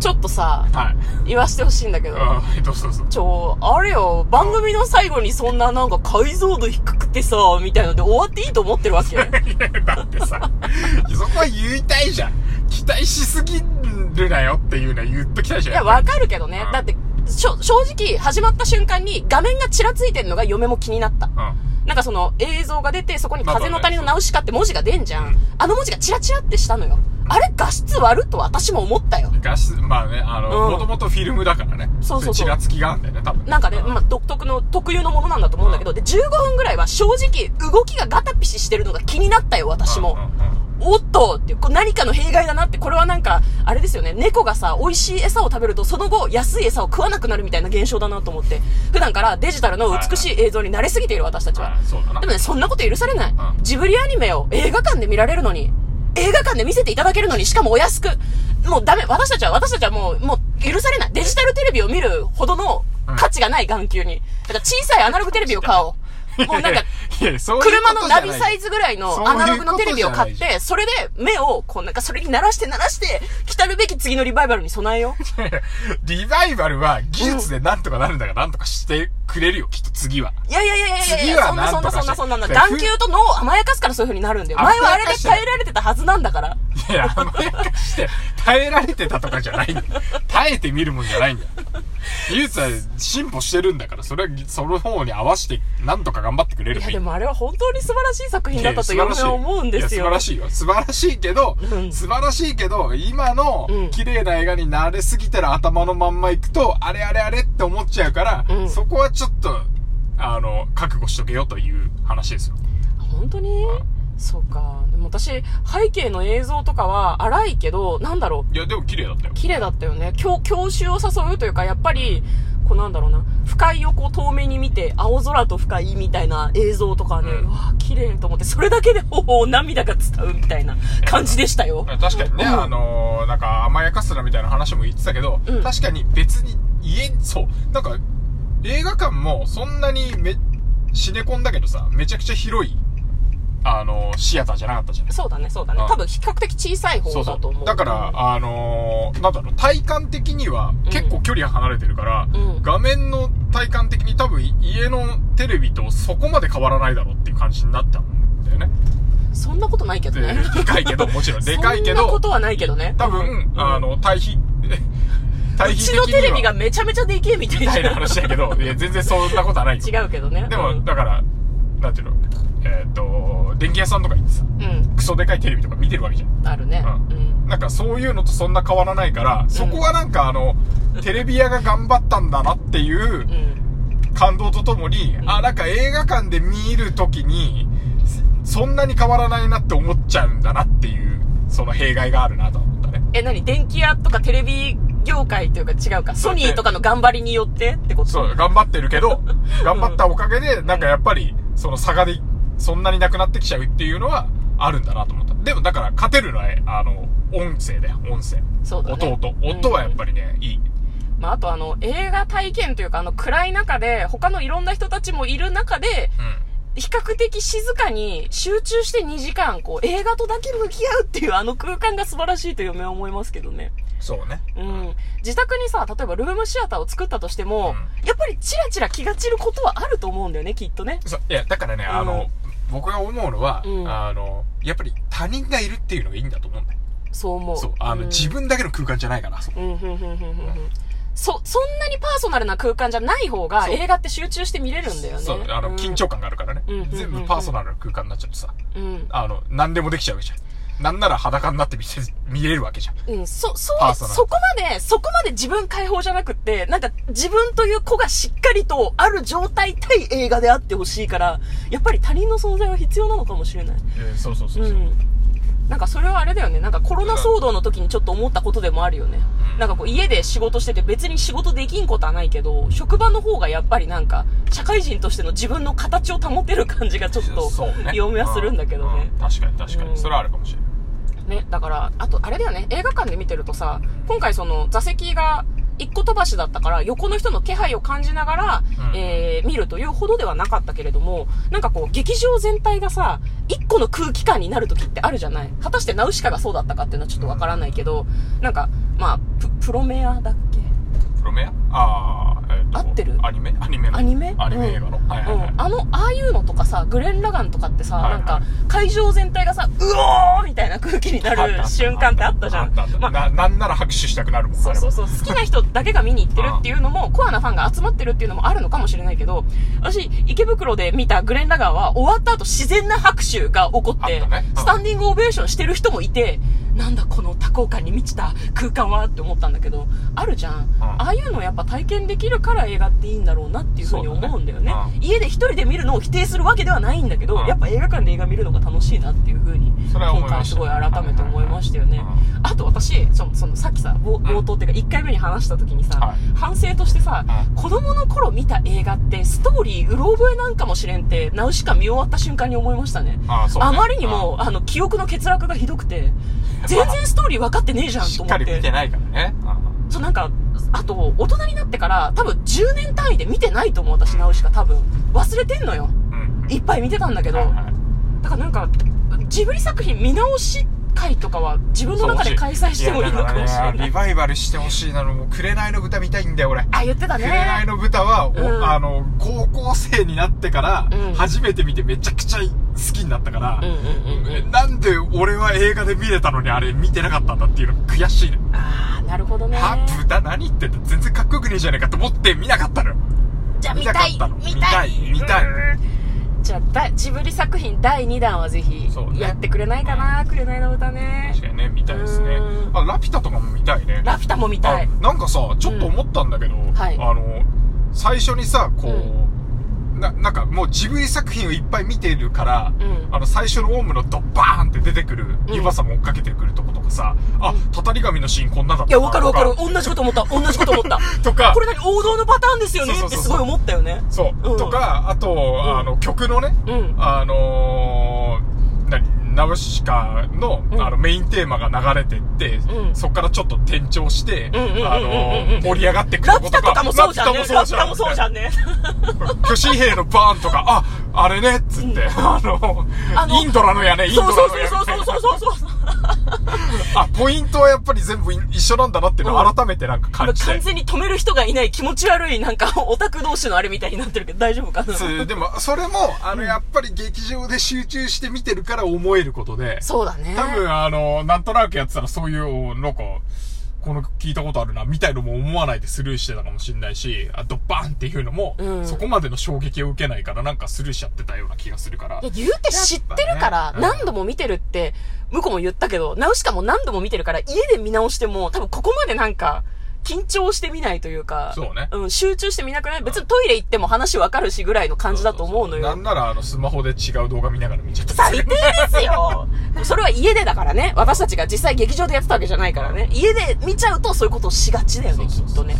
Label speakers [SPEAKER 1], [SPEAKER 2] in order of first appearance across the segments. [SPEAKER 1] ちょっとさ、
[SPEAKER 2] はい。
[SPEAKER 1] 言わしてほしいんだけど。
[SPEAKER 2] あどうぞどう ぞ。
[SPEAKER 1] ちょ、あれよ、番組の最後にそんななんか解像度低くてさ、みたいので終わっていいと思ってるわけ
[SPEAKER 2] いやだってさ、そこは言いたいじゃん。期待しすぎるなよっていうのは言っときたいじ
[SPEAKER 1] い
[SPEAKER 2] ゃ
[SPEAKER 1] や、
[SPEAKER 2] ん。
[SPEAKER 1] わかるけどね
[SPEAKER 2] う。ん
[SPEAKER 1] だって、しょ正直、始まった瞬間に画面がちらついてるのが嫁も気になった。
[SPEAKER 2] うん。
[SPEAKER 1] なんかその映像が出て、そこに風の谷のナウシカって文字が出んじゃ
[SPEAKER 2] うん
[SPEAKER 1] ん。あの文字がチラチラってしたのよ。あれ画質悪っと私も思ったよ。
[SPEAKER 2] 画質、まあね、あの、
[SPEAKER 1] うん
[SPEAKER 2] もともとフィルムだからね。
[SPEAKER 1] そうそうそう
[SPEAKER 2] ちらつきがあるんだよね、多分。
[SPEAKER 1] なんかね、
[SPEAKER 2] う
[SPEAKER 1] まあ、独特の、特有のものなんだと思うんだけど、で、15分ぐらいは正直、動きがガタピシしてるのが気になったよ、私も。
[SPEAKER 2] うんうんうん
[SPEAKER 1] おっとっていう、これ何かの弊害だなって、これはなんか、あれですよね、猫がさ、美味しい餌を食べると、その後、安い餌を食わなくなるみたいな現象だなと思って、普段からデジタルの美しい映像に慣れすぎている私たちは
[SPEAKER 2] あ。そうだな。
[SPEAKER 1] でもね、そんなこと許されない。
[SPEAKER 2] うん
[SPEAKER 1] ジブリアニメを映画館で見られるのに、映画館で見せていただけるのに、しかもお安く。もうダメ、私たちは、私たちはもう、もう許されない。デジタルテレビを見るほどの価値がない眼球に。だから小さいアナログテレビを買おう。もうな んか、
[SPEAKER 2] いやいやそういうことじ
[SPEAKER 1] 車
[SPEAKER 2] ゃない
[SPEAKER 1] のナビサイズぐらい
[SPEAKER 2] そう
[SPEAKER 1] の
[SPEAKER 2] いうこ
[SPEAKER 1] ア
[SPEAKER 2] とじ
[SPEAKER 1] ナ
[SPEAKER 2] ゃない
[SPEAKER 1] ログのテレビを買って、それで目を、こうなんかそれに鳴らして鳴らして、来たるべき次のリバイバルに備えよう。
[SPEAKER 2] リバイバルは技術でなんとかなるんだから、なんとかしてくれるよ、きっと次は。
[SPEAKER 1] いやいやいやいやいや
[SPEAKER 2] 次は
[SPEAKER 1] そんな
[SPEAKER 2] な
[SPEAKER 1] そ
[SPEAKER 2] ん
[SPEAKER 1] ん
[SPEAKER 2] と
[SPEAKER 1] なそ
[SPEAKER 2] かし
[SPEAKER 1] ん
[SPEAKER 2] て
[SPEAKER 1] なそんなそんな。眼球と脳を甘やかすからそういう風になるんだよ。前はあれで耐えられてたはずなんだから。
[SPEAKER 2] いや、甘やかして、耐えられてたとかじゃないんだよ。耐えてみるもんじゃないんだよ。技術は進歩してるんだから、それは、その方に合わせて、なんとか頑張ってくれる
[SPEAKER 1] いやでもあれは本当に素晴らしい作品だったと
[SPEAKER 2] いやいや
[SPEAKER 1] 嫁は思うんですよ。
[SPEAKER 2] 素晴らしいいや素晴らしいよ。素晴らしいけど、
[SPEAKER 1] うん
[SPEAKER 2] 素晴らしいけど、今の
[SPEAKER 1] うん
[SPEAKER 2] 綺麗な映画に慣れすぎたら頭のまんま行くと、あれあれあれって思っちゃうから、
[SPEAKER 1] うん
[SPEAKER 2] そこはちょっと、あの、覚悟しとけよという話ですよ。
[SPEAKER 1] 本当にそうか。でも私、背景の映像とかは荒いけど、なんだろう。
[SPEAKER 2] いや、でも綺麗だったよ。
[SPEAKER 1] 綺麗だったよね。教、教習を誘うというか、やっぱり、こうなんだろうな、深いをこう遠目に見て、青空と深いみたいな映像とかね、
[SPEAKER 2] うん
[SPEAKER 1] うわあ綺麗と思って、それだけで、ほほ涙が伝うみたいな感じでしたよ。
[SPEAKER 2] 確かに
[SPEAKER 1] う
[SPEAKER 2] ね、
[SPEAKER 1] ん
[SPEAKER 2] あのーなんか甘やかすなみたいな話も言ってたけど、
[SPEAKER 1] うん
[SPEAKER 2] 確かに別に家、そう、なんか映画館もそんなにめ、シネコンだけどさ、めちゃくちゃ広い、あのーシアターじゃなかったじゃない
[SPEAKER 1] そうだね、そうだね
[SPEAKER 2] うん。
[SPEAKER 1] 多分、比較的小さい方
[SPEAKER 2] そうそ
[SPEAKER 1] だと思う。
[SPEAKER 2] う。だから、あのーなんだろう、体感的には結構距離が離れてるから、
[SPEAKER 1] うん
[SPEAKER 2] 画面の体感的に多分家のテレビとそこまで変わらないだろうっていう感じになったんだよね。
[SPEAKER 1] そんなことないけど
[SPEAKER 2] で
[SPEAKER 1] ね。
[SPEAKER 2] でかいけど、もちろんでかいけど。
[SPEAKER 1] そんなことはないけどね。
[SPEAKER 2] 多分、
[SPEAKER 1] うん
[SPEAKER 2] あ、の、対 比、
[SPEAKER 1] う
[SPEAKER 2] 対比的
[SPEAKER 1] ち
[SPEAKER 2] には
[SPEAKER 1] のテレビがめちゃめちゃでけえみたい
[SPEAKER 2] み
[SPEAKER 1] な。
[SPEAKER 2] たいな話だけど、いや、全然そんなことはないよ。
[SPEAKER 1] 違うけどね。
[SPEAKER 2] で
[SPEAKER 1] う
[SPEAKER 2] も、
[SPEAKER 1] ん
[SPEAKER 2] だから、なんていうの、えーっと、電気屋さんとか行ってさ、
[SPEAKER 1] うん、
[SPEAKER 2] クソでかいテレビとか見てるわけじゃん。
[SPEAKER 1] あるね。
[SPEAKER 2] う
[SPEAKER 1] うん。
[SPEAKER 2] なんかそういうのとそんな変わらないから、そこはなんかあの、テレビ屋が頑張ったんだなっていう
[SPEAKER 1] うん。
[SPEAKER 2] 感動とともに、あ、なんか映画館で見るときに、そそんなに変わらないなって思っちゃうんだなっていう、その弊害があるなとは思ったね。
[SPEAKER 1] え、何電気屋とかテレビ業界というか違うか。ソニーとかの頑張りによってってこと
[SPEAKER 2] そう、頑張ってる けど、頑張ったおかげで、なんかやっぱり、その差がで、そんなになくなってきちゃうっていうのは、あるんだなと思った。でも、だから、勝てるのは、あの、音声だよ、音声。
[SPEAKER 1] そうだね
[SPEAKER 2] 音、音。音はやっぱりね、いい。
[SPEAKER 1] まあ、あとあの、映画体験というか、あの、暗い中で、他のいろんな人たちもいる中で、
[SPEAKER 2] う
[SPEAKER 1] 比較的静かに集中して2時間、こう、映画とだけ向き合うっていうあの空間が素晴らしいと嫁は思いますけどね。
[SPEAKER 2] ん。そうね。
[SPEAKER 1] うん。自宅にさ、例えばルームシアターを作ったとしても、やっぱりチラチラ気が散ることはあると思うんだよね、きっとね。
[SPEAKER 2] そう、いや、だからね、あの、僕が思うのは、
[SPEAKER 1] うん
[SPEAKER 2] あの、やっぱり他人がいるっていうのがいいんだと思うんだよ。
[SPEAKER 1] そう思う。
[SPEAKER 2] そう、あの、
[SPEAKER 1] ん
[SPEAKER 2] 自分だけの空間じゃないから、そう。
[SPEAKER 1] うん、ふんふんふんふんふん。そ、そんなにパーソナルな空間じゃない方が
[SPEAKER 2] そう
[SPEAKER 1] 映画って集中して見れるんだよね。
[SPEAKER 2] そう、あの、緊張感があるからね
[SPEAKER 1] うん。
[SPEAKER 2] 全部パーソナルな空間になっちゃうとさ、
[SPEAKER 1] うん。
[SPEAKER 2] あの、何でもできちゃうわけじゃん。なんなら裸になって見せ、見れるわけじゃん。
[SPEAKER 1] うん。そ、そ
[SPEAKER 2] パー
[SPEAKER 1] う、
[SPEAKER 2] ソナル
[SPEAKER 1] そこまで、そこまで自分解放じゃなくって、なんか自分という子がしっかりとある状態対映画であってほしいから、やっぱり他人の存在は必要なのかもしれない。
[SPEAKER 2] えーそうそうそう
[SPEAKER 1] う
[SPEAKER 2] そう、
[SPEAKER 1] ん。なんかそれはあれだよね。なんかコロナ騒動の時にちょっと思ったことでもあるよね。なんかこう家で仕事してて別に仕事できんことはないけど、職場の方がやっぱりなんか社会人としての自分の形を保てる感じがちょっと
[SPEAKER 2] そうね
[SPEAKER 1] 嫁はするんだけどね
[SPEAKER 2] う。ん確かに確かに、
[SPEAKER 1] うん
[SPEAKER 2] それはあるかもしれない
[SPEAKER 1] ね、だから、あとあれだよね。映画館で見てるとさ、今回その座席が一個飛ばしだったから横の人の気配を感じながら、
[SPEAKER 2] うん
[SPEAKER 1] えー見るというほどではなかったけれども、なんかこう劇場全体がさ、一個の空気感になる時ってあるじゃない果たしてナウシカがそうだったかっていうのはちょっとわからないけど、なんか、まあ、ププロメアだっけ
[SPEAKER 2] プロメアああ、えっと
[SPEAKER 1] 合ってる
[SPEAKER 2] アニメアニメの
[SPEAKER 1] アニメ
[SPEAKER 2] アニメ映画の、
[SPEAKER 1] うん
[SPEAKER 2] はいはいはい、
[SPEAKER 1] うんあのああいうのとかさグレン・ラガンとかってさ、
[SPEAKER 2] はいはい
[SPEAKER 1] なんか会場全体がさうおーみたいな空気にな
[SPEAKER 2] あったあ
[SPEAKER 1] る
[SPEAKER 2] った
[SPEAKER 1] 瞬間ってあったじゃ
[SPEAKER 2] あったあった
[SPEAKER 1] んまあ
[SPEAKER 2] ななんなら拍手したくなるもん
[SPEAKER 1] そうそう
[SPEAKER 2] う
[SPEAKER 1] そう好きな人だけが見に行ってるっていうのもコアなファンが集まってるっていうのもあるのかもしれないけど私池袋で見たグレン・ラガーは終わった後自然な拍手が起こって、
[SPEAKER 2] あったねうん
[SPEAKER 1] スタンディングオベーションしてる人もいてなんだこの多幸感に満ちた空間はって思ったんだけどあるじゃん、ああいうのやっぱ体験できるから映画っていいんだろうなっていうふうに思うんだよね
[SPEAKER 2] そうだね
[SPEAKER 1] 家で一人で見るのを否定するわけではないんだけど、
[SPEAKER 2] うん
[SPEAKER 1] やっぱ映画館で映画見るのが楽しいなっていうふうに
[SPEAKER 2] それは思
[SPEAKER 1] 今
[SPEAKER 2] いま
[SPEAKER 1] 回
[SPEAKER 2] した
[SPEAKER 1] すごい改めて思いましたよね、あと私そのそのさっきさ冒冒頭っていうか1回目に話した時にさ、
[SPEAKER 2] はい
[SPEAKER 1] 反省としてさ、
[SPEAKER 2] うん
[SPEAKER 1] 子供の頃見た映画ってストーリーうろ覚えなんかもしれんってナウシカ見終わった瞬間に思いましたね
[SPEAKER 2] あそうね
[SPEAKER 1] あまりにも、あの記憶の欠落がひどくて全然ストーリー分かってねえじゃん
[SPEAKER 2] し
[SPEAKER 1] と
[SPEAKER 2] っ
[SPEAKER 1] 思
[SPEAKER 2] か
[SPEAKER 1] って
[SPEAKER 2] り見てないからねうん
[SPEAKER 1] そうなんかあと大人になってから多分10年単位で見てないと思う私ナウシカ多分忘れてんのよ
[SPEAKER 2] うん
[SPEAKER 1] いっぱい見てたんだけど、
[SPEAKER 2] はいはい
[SPEAKER 1] だからなんかジブリ作品見直し会とかは自分の中で開催してもいいのかもしれな
[SPEAKER 2] やだからね
[SPEAKER 1] い
[SPEAKER 2] リバイバルしてほしいなのもう紅の豚見たいんだよ俺
[SPEAKER 1] あ言ってたね
[SPEAKER 2] 紅の豚は、お
[SPEAKER 1] うん
[SPEAKER 2] あの高校生になってから
[SPEAKER 1] うん
[SPEAKER 2] 初めて見てめちゃくちゃ好きになったか
[SPEAKER 1] う
[SPEAKER 2] ら、
[SPEAKER 1] んうんうんうん
[SPEAKER 2] なんで俺は映画で見れたのにあれ見てなかったんだっていうの悔しいね
[SPEAKER 1] ああなるほどね
[SPEAKER 2] は豚何言ってんだ全然かっこよくねえじゃねえかと思って見なかったのよ
[SPEAKER 1] じゃあ見
[SPEAKER 2] 見た
[SPEAKER 1] た
[SPEAKER 2] か
[SPEAKER 1] い
[SPEAKER 2] ったの
[SPEAKER 1] 見たい
[SPEAKER 2] 見たい見た
[SPEAKER 1] うんじゃあだジブリ作品第2弾はぜひ
[SPEAKER 2] そうね
[SPEAKER 1] やってくれないかな「くれないの歌ね
[SPEAKER 2] 確かにね見たいですね
[SPEAKER 1] うん
[SPEAKER 2] あラピュタとかも見たいね
[SPEAKER 1] ラピュタも見たい
[SPEAKER 2] あなんかさちょっと思ったんだけど、
[SPEAKER 1] はい
[SPEAKER 2] あの最初にさこう、ななんかもうジブリ作品をいっぱい見てるから、
[SPEAKER 1] うん
[SPEAKER 2] あの最初のオウムのドッバーンって出てくる
[SPEAKER 1] うん
[SPEAKER 2] 湯浅も追っかけてくるとことかさ、あたたり神のシーンこんなだったない
[SPEAKER 1] やわかるわかる
[SPEAKER 2] と
[SPEAKER 1] 同じこと思った同じこと思った
[SPEAKER 2] とか
[SPEAKER 1] これ何王道のパターンですよね
[SPEAKER 2] そうそう
[SPEAKER 1] って
[SPEAKER 2] そうそう
[SPEAKER 1] すごい思ったよね
[SPEAKER 2] そう、
[SPEAKER 1] うん
[SPEAKER 2] とかあと、あの曲のね
[SPEAKER 1] うん
[SPEAKER 2] あのー、何ナウシカの,、
[SPEAKER 1] うん
[SPEAKER 2] あのメインテーマが流れてって、
[SPEAKER 1] うん
[SPEAKER 2] そっからちょっと転調して、
[SPEAKER 1] うんうんうんうんうん
[SPEAKER 2] あのー盛り上がってくる
[SPEAKER 1] ラピュタとかもそうじゃんね
[SPEAKER 2] ラ
[SPEAKER 1] ラ
[SPEAKER 2] ピ
[SPEAKER 1] ピ
[SPEAKER 2] ュ
[SPEAKER 1] ュタもそうじゃんね
[SPEAKER 2] 巨神兵のバーンとか、あ、あれねっつって、あの、
[SPEAKER 1] あの
[SPEAKER 2] インドラのやね、インド
[SPEAKER 1] そ
[SPEAKER 2] ラ
[SPEAKER 1] うそう
[SPEAKER 2] の
[SPEAKER 1] そ
[SPEAKER 2] や
[SPEAKER 1] う
[SPEAKER 2] ね。
[SPEAKER 1] そうそうそうそうそう
[SPEAKER 2] あ、ポイントはやっぱり全部一緒なんだなっていうの
[SPEAKER 1] う
[SPEAKER 2] を
[SPEAKER 1] ん
[SPEAKER 2] 改めてなんか感じ
[SPEAKER 1] 完
[SPEAKER 2] て。
[SPEAKER 1] 全に止める人がいない気持ち悪いなんかオタク同士のあれみたいになってるけど大丈夫かな
[SPEAKER 2] つでも、それも、あの、やっぱり劇場で集中して見てるから思えることで、
[SPEAKER 1] そうだね
[SPEAKER 2] 多分、あの、なんとなくやってたらそういう、なんか、この聞いたことあるな、みたいのも思わないでスルーしてたかもしれないし、あドッバーンっていうのも、
[SPEAKER 1] うん
[SPEAKER 2] そこまでの衝撃を受けないからなんかスルーしちゃってたような気がするから
[SPEAKER 1] いや、。言うて知ってるか
[SPEAKER 2] やっ
[SPEAKER 1] ら
[SPEAKER 2] ぱ、ねうん
[SPEAKER 1] 何度も見てるって、向こうも言ったけど、ナウシカも何度も見てるから、家で見直しても、多分ここまでなんか、緊張して見ないというか、
[SPEAKER 2] そうね
[SPEAKER 1] ん、集中して見なくない別にトイレ行っても話わかるしぐらいの感じだと思うのよ。
[SPEAKER 2] なんなら、あの、スマホで違う動画見ながら見ちゃった
[SPEAKER 1] 最
[SPEAKER 2] り
[SPEAKER 1] 低
[SPEAKER 2] する。
[SPEAKER 1] ですよ それは家でだからね。私たちが実際劇場でやってたわけじゃないからね。家で見ちゃうとそういうことをしがちだよね、きっとね。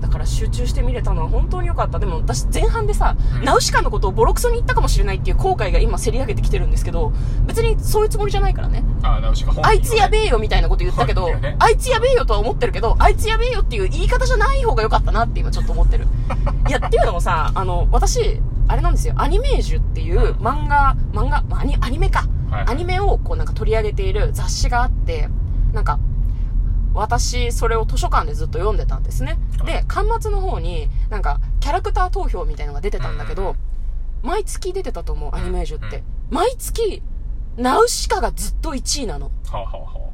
[SPEAKER 1] だから集中して見れたのは本当に良かった。でも私前半でさ、
[SPEAKER 2] うん
[SPEAKER 1] ナウシカのことをボロクソに言ったかもしれないっていう後悔が今せり上げてきてるんですけど、別にそういうつもりじゃないからね。
[SPEAKER 2] あ、ナウシカ本人
[SPEAKER 1] あいつやべえよみたいなこと言ったけど
[SPEAKER 2] 本人がね、
[SPEAKER 1] あいつやべえよとは思ってるけど、あいつやべえよっていう言い方じゃない方が良かったなって今ちょっと思ってる。いや、っていうのもさ、あの、私、あれなんですよ、アニメージュっていう漫画、漫画、まあアニアニメか。
[SPEAKER 2] はい
[SPEAKER 1] アニメをこうなんか取り上げている雑誌があって、なんか、私、それを図書館でずっと読んでたんですね。
[SPEAKER 2] は
[SPEAKER 1] で、端末の方に、なんか、キャラクター投票みたいのが出てたんだけ
[SPEAKER 2] うんうん
[SPEAKER 1] ど、毎月出てたと思う、アニメージュっ
[SPEAKER 2] うん
[SPEAKER 1] て。毎月、ナウシカがずっと1位なの。
[SPEAKER 2] はあ、はあは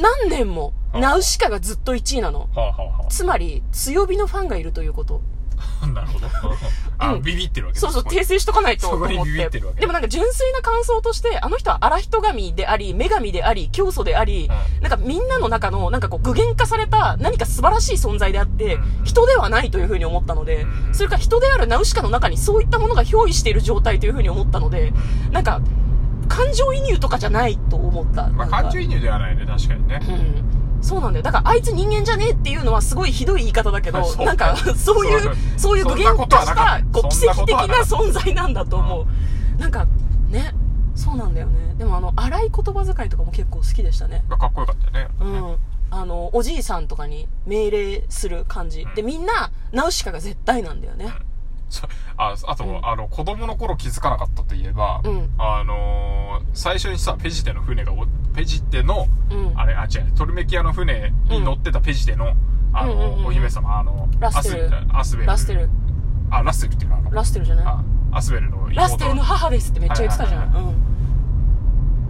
[SPEAKER 1] 何年も、
[SPEAKER 2] はあ
[SPEAKER 1] ナウシカがずっと1位なの。
[SPEAKER 2] あ、はあはあは
[SPEAKER 1] つまり、強火のファンがいるということ。
[SPEAKER 2] あ、な るほど。あ、
[SPEAKER 1] うん
[SPEAKER 2] ビビってるわけ
[SPEAKER 1] そうそう、
[SPEAKER 2] ここに
[SPEAKER 1] 訂正しとかないと
[SPEAKER 2] そ
[SPEAKER 1] 思
[SPEAKER 2] こ
[SPEAKER 1] っ
[SPEAKER 2] にビビ
[SPEAKER 1] て。
[SPEAKER 2] ってるわけね
[SPEAKER 1] でもなんか純粋な感想として、あの人は荒人神であり、女神であり、教祖であり、
[SPEAKER 2] う
[SPEAKER 1] なんかみんなの中の、なんかこう具現化された何か素晴らしい存在であって
[SPEAKER 2] うん、
[SPEAKER 1] 人ではないというふうに思ったので
[SPEAKER 2] う、ん
[SPEAKER 1] それから人であるナウシカの中にそういったものが憑依している状態というふうに思ったので、なんか、感情移入とかじゃないと思った。
[SPEAKER 2] ま
[SPEAKER 1] な
[SPEAKER 2] あ、
[SPEAKER 1] んか
[SPEAKER 2] 感情移入ではないね、確かにね。
[SPEAKER 1] うんそうなんだよ。だから、あいつ人間じゃねえっていうのはすごいひどい言い方だけど、
[SPEAKER 2] そう
[SPEAKER 1] なんか、そういう
[SPEAKER 2] そう、
[SPEAKER 1] そういう具現
[SPEAKER 2] そんなこ
[SPEAKER 1] 化
[SPEAKER 2] とは
[SPEAKER 1] し
[SPEAKER 2] なかった
[SPEAKER 1] た、こう、奇
[SPEAKER 2] そんな
[SPEAKER 1] 跡
[SPEAKER 2] こと
[SPEAKER 1] 的
[SPEAKER 2] はな
[SPEAKER 1] な
[SPEAKER 2] かっ
[SPEAKER 1] 存在なんだと思う。なんか、ね、そうなんだよね。でも、あの、荒い言葉遣いとかも結構好きでしたね。
[SPEAKER 2] まあかっこよかったよね。
[SPEAKER 1] うん。あの、おじいさんとかに命令する感じ。で、みんな、ナウシカが絶対なんだよね。
[SPEAKER 2] そう ああと、
[SPEAKER 1] うん
[SPEAKER 2] あの、子供の頃気づかなかったといえば、
[SPEAKER 1] うん
[SPEAKER 2] あのー最初にさ、ペジテの船がおペジテの、
[SPEAKER 1] うん
[SPEAKER 2] あれ、あ、違う、トルメキアの船に乗ってたペジテの、あの、
[SPEAKER 1] うんうんうん
[SPEAKER 2] お姫様、あの、
[SPEAKER 1] ラステル
[SPEAKER 2] アスベル。
[SPEAKER 1] ラステル。
[SPEAKER 2] あ、ラステルっていうか、あの、
[SPEAKER 1] ラステルじゃない
[SPEAKER 2] あアスベルの妹
[SPEAKER 1] ラステルの母ですってめっちゃ言ってたじゃん。
[SPEAKER 2] は
[SPEAKER 1] うん。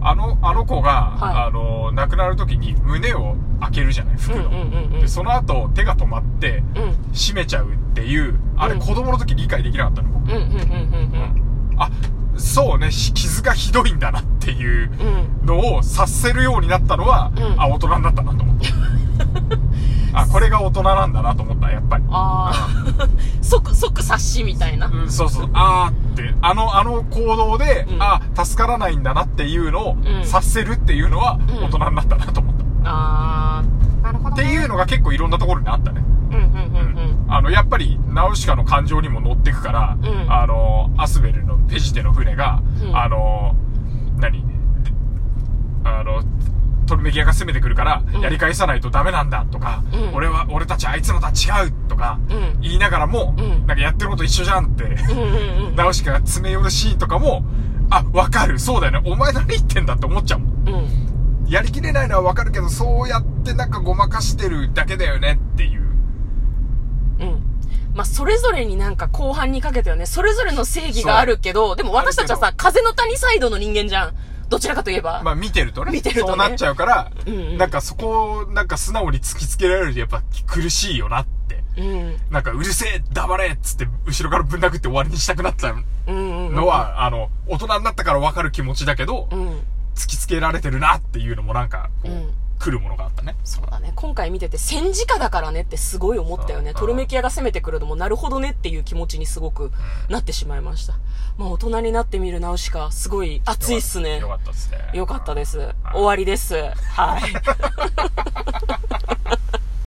[SPEAKER 2] あの、あの子が、
[SPEAKER 1] はい
[SPEAKER 2] あの、亡くなる時に胸を開けるじゃない、服の。
[SPEAKER 1] うんうんうんうん
[SPEAKER 2] で、その後、手が止まって、
[SPEAKER 1] うん。
[SPEAKER 2] 閉めちゃうっていう、あれ、
[SPEAKER 1] うん
[SPEAKER 2] 子供の時理解できなかったの、僕。
[SPEAKER 1] うんうんうん
[SPEAKER 2] あ、そうね、し傷がひどいんだなっていう
[SPEAKER 1] うんうん。うん。
[SPEAKER 2] のを察せるようになったのは、
[SPEAKER 1] うん
[SPEAKER 2] あ、大人になったなと思った。 あ、これが大人なんだなと思った、やっぱり。
[SPEAKER 1] ああ。 即、即察しみたいな。
[SPEAKER 2] うん、そうそう、あーって、あの、あの行動で、
[SPEAKER 1] うん
[SPEAKER 2] あ、助からないんだなっていうのを
[SPEAKER 1] ん
[SPEAKER 2] 察せるっていうのは、
[SPEAKER 1] ん
[SPEAKER 2] 大人になったなと思った。
[SPEAKER 1] ああ。なるほど、
[SPEAKER 2] って
[SPEAKER 1] ね。
[SPEAKER 2] いうのが結構いろんなところにあったね。
[SPEAKER 1] うんうんうんうん。
[SPEAKER 2] あの、やっぱり、ナウシカの感情にも乗ってくから、
[SPEAKER 1] うん
[SPEAKER 2] あの、アスベルのペジテの船が、
[SPEAKER 1] うん
[SPEAKER 2] あの、何であの、トルメキアが攻めてくるから、
[SPEAKER 1] うん
[SPEAKER 2] やり返さないとダメなんだとか、
[SPEAKER 1] うん
[SPEAKER 2] 俺は、俺たちあいつのとは違うとか、
[SPEAKER 1] うん
[SPEAKER 2] 言いながらも、
[SPEAKER 1] うん
[SPEAKER 2] なんかやってること一緒じゃんって、
[SPEAKER 1] うんうんうん。
[SPEAKER 2] ナウシカが詰め寄るシーンとかも、あ、わかる、そうだよね、お前何言ってんだって思っちゃうもん。
[SPEAKER 1] うん。
[SPEAKER 2] やりきれないのはわかるけど、そうやってなんかごまかしてるだけだよねっていう。
[SPEAKER 1] うん。まあ、それぞれになんか後半にかけてはね、それぞれの正義があるけど、でも私たちは
[SPEAKER 2] あ
[SPEAKER 1] さ
[SPEAKER 2] る、
[SPEAKER 1] 風の谷サイドの人間じゃん。どちらかといえば。
[SPEAKER 2] まあ見てるとね。
[SPEAKER 1] 見てるとね
[SPEAKER 2] そうなっちゃうから、
[SPEAKER 1] うんうん
[SPEAKER 2] なんかそこをなんか素直に突きつけられるとやっぱ苦しいよなって。
[SPEAKER 1] うん。
[SPEAKER 2] なんかうるせえ黙れっつって後ろからぶん殴って終わりにしたくなった
[SPEAKER 1] うんうん。
[SPEAKER 2] の。は、あの、大人になったからわかる気持ちだけど、
[SPEAKER 1] うん。
[SPEAKER 2] 突きつけられてるなっていうのもなんか、こう、
[SPEAKER 1] うん
[SPEAKER 2] 来るものがあったね。
[SPEAKER 1] そうだね。今回見てて、戦時下だからねってすごい思ったよね。
[SPEAKER 2] うん
[SPEAKER 1] トルメキアが攻めてくるのも、なるほどねっていう気持ちにすごくなってしまいました。まあ、大人になってみるナウシカ、すごい熱いっすね
[SPEAKER 2] よ。かったですね。
[SPEAKER 1] よかったです
[SPEAKER 2] ん。
[SPEAKER 1] 終わりです。はい。